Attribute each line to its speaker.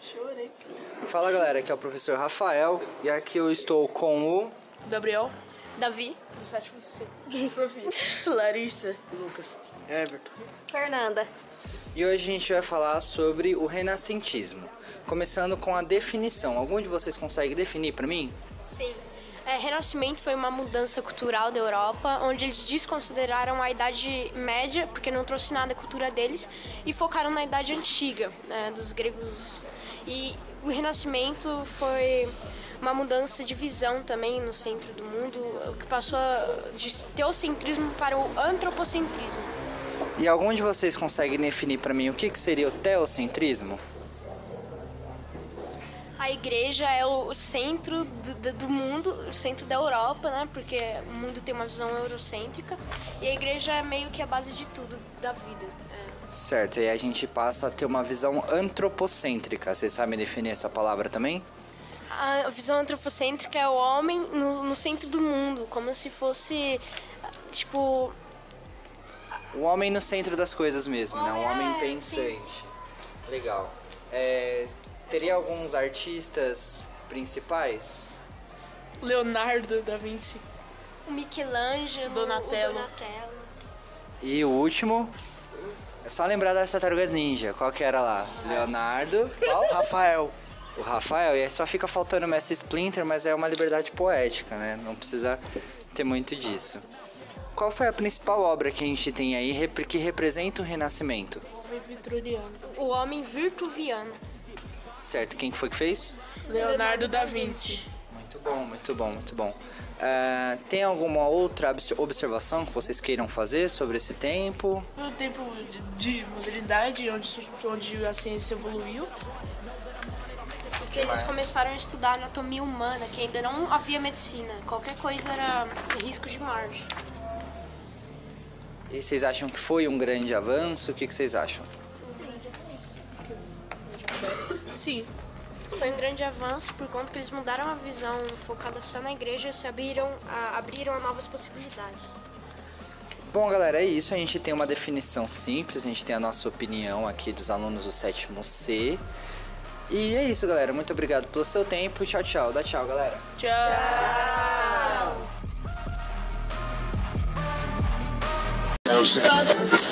Speaker 1: Chorei.
Speaker 2: Fala galera, aqui é o professor Rafael e aqui eu estou com o.
Speaker 3: Gabriel,
Speaker 4: Davi,
Speaker 3: do sétimo C.
Speaker 1: Sofia. Larissa.
Speaker 3: Lucas.
Speaker 2: Everton.
Speaker 4: Fernanda.
Speaker 2: E hoje a gente vai falar sobre o renascentismo. Começando com a definição. Algum de vocês consegue definir para mim?
Speaker 4: Sim. É, Renascimento foi uma mudança cultural da Europa, onde eles desconsideraram a Idade Média, porque não trouxe nada à cultura deles, e focaram na Idade Antiga, né, dos gregos. E o Renascimento foi uma mudança de visão também no centro do mundo, o que passou de teocentrismo para o antropocentrismo.
Speaker 2: E algum de vocês consegue definir para mim o que, que seria o teocentrismo?
Speaker 4: A igreja é o centro do, do- do mundo, o centro da Europa, né? Porque o mundo tem uma visão eurocêntrica. E a igreja é meio que a base de tudo da vida. É.
Speaker 2: Certo, e aí a gente passa a ter uma visão antropocêntrica. Vocês sabem definir essa palavra também?
Speaker 4: A visão antropocêntrica é o homem no, no centro do mundo, como se fosse, tipo,
Speaker 2: O Um homem no centro das coisas mesmo, né? O
Speaker 4: Homem,
Speaker 2: homem
Speaker 4: é,
Speaker 2: pensante. Legal. É, teria alguns artistas principais?
Speaker 3: Leonardo da Vinci.
Speaker 4: o Michelangelo,
Speaker 3: Donatello.
Speaker 4: o Donatello.
Speaker 2: E o último? É só lembrar das tartarugas ninja. Qual que era lá? Leonardo. Qual?
Speaker 5: Rafael,
Speaker 2: O Rafael. E aí só fica faltando o Mestre Splinter, mas é uma liberdade poética, né? Não precisa ter muito disso. Qual foi a principal obra que a gente tem aí rep- que representa o Renascimento?
Speaker 3: Homem vitoriano.
Speaker 4: O homem virtuviano.
Speaker 2: Certo, quem que foi que fez?
Speaker 3: Leonardo da Vinci.
Speaker 2: Muito bom, muito bom, muito bom. Ah, tem alguma outra obs- observação que vocês queiram fazer sobre esse tempo?
Speaker 3: Foi um tempo de modernidade, onde, su- onde a ciência evoluiu.
Speaker 4: Porque eles começaram a estudar anatomia humana, que ainda não havia medicina. Qualquer coisa era risco de margem.
Speaker 2: E vocês acham que foi um grande avanço? O que, que vocês acham?
Speaker 3: Sim.
Speaker 4: Foi um grande avanço por conta que eles mudaram a visão focada só na igreja e se abriram a, abriram a novas possibilidades.
Speaker 2: Bom, galera, é isso. A gente tem uma definição simples, a gente tem a nossa opinião aqui dos alunos do sétimo C. E é isso, galera. Muito obrigado pelo seu tempo. Tchau, tchau. Dá tchau, galera.
Speaker 3: Tchau.
Speaker 1: Sofia.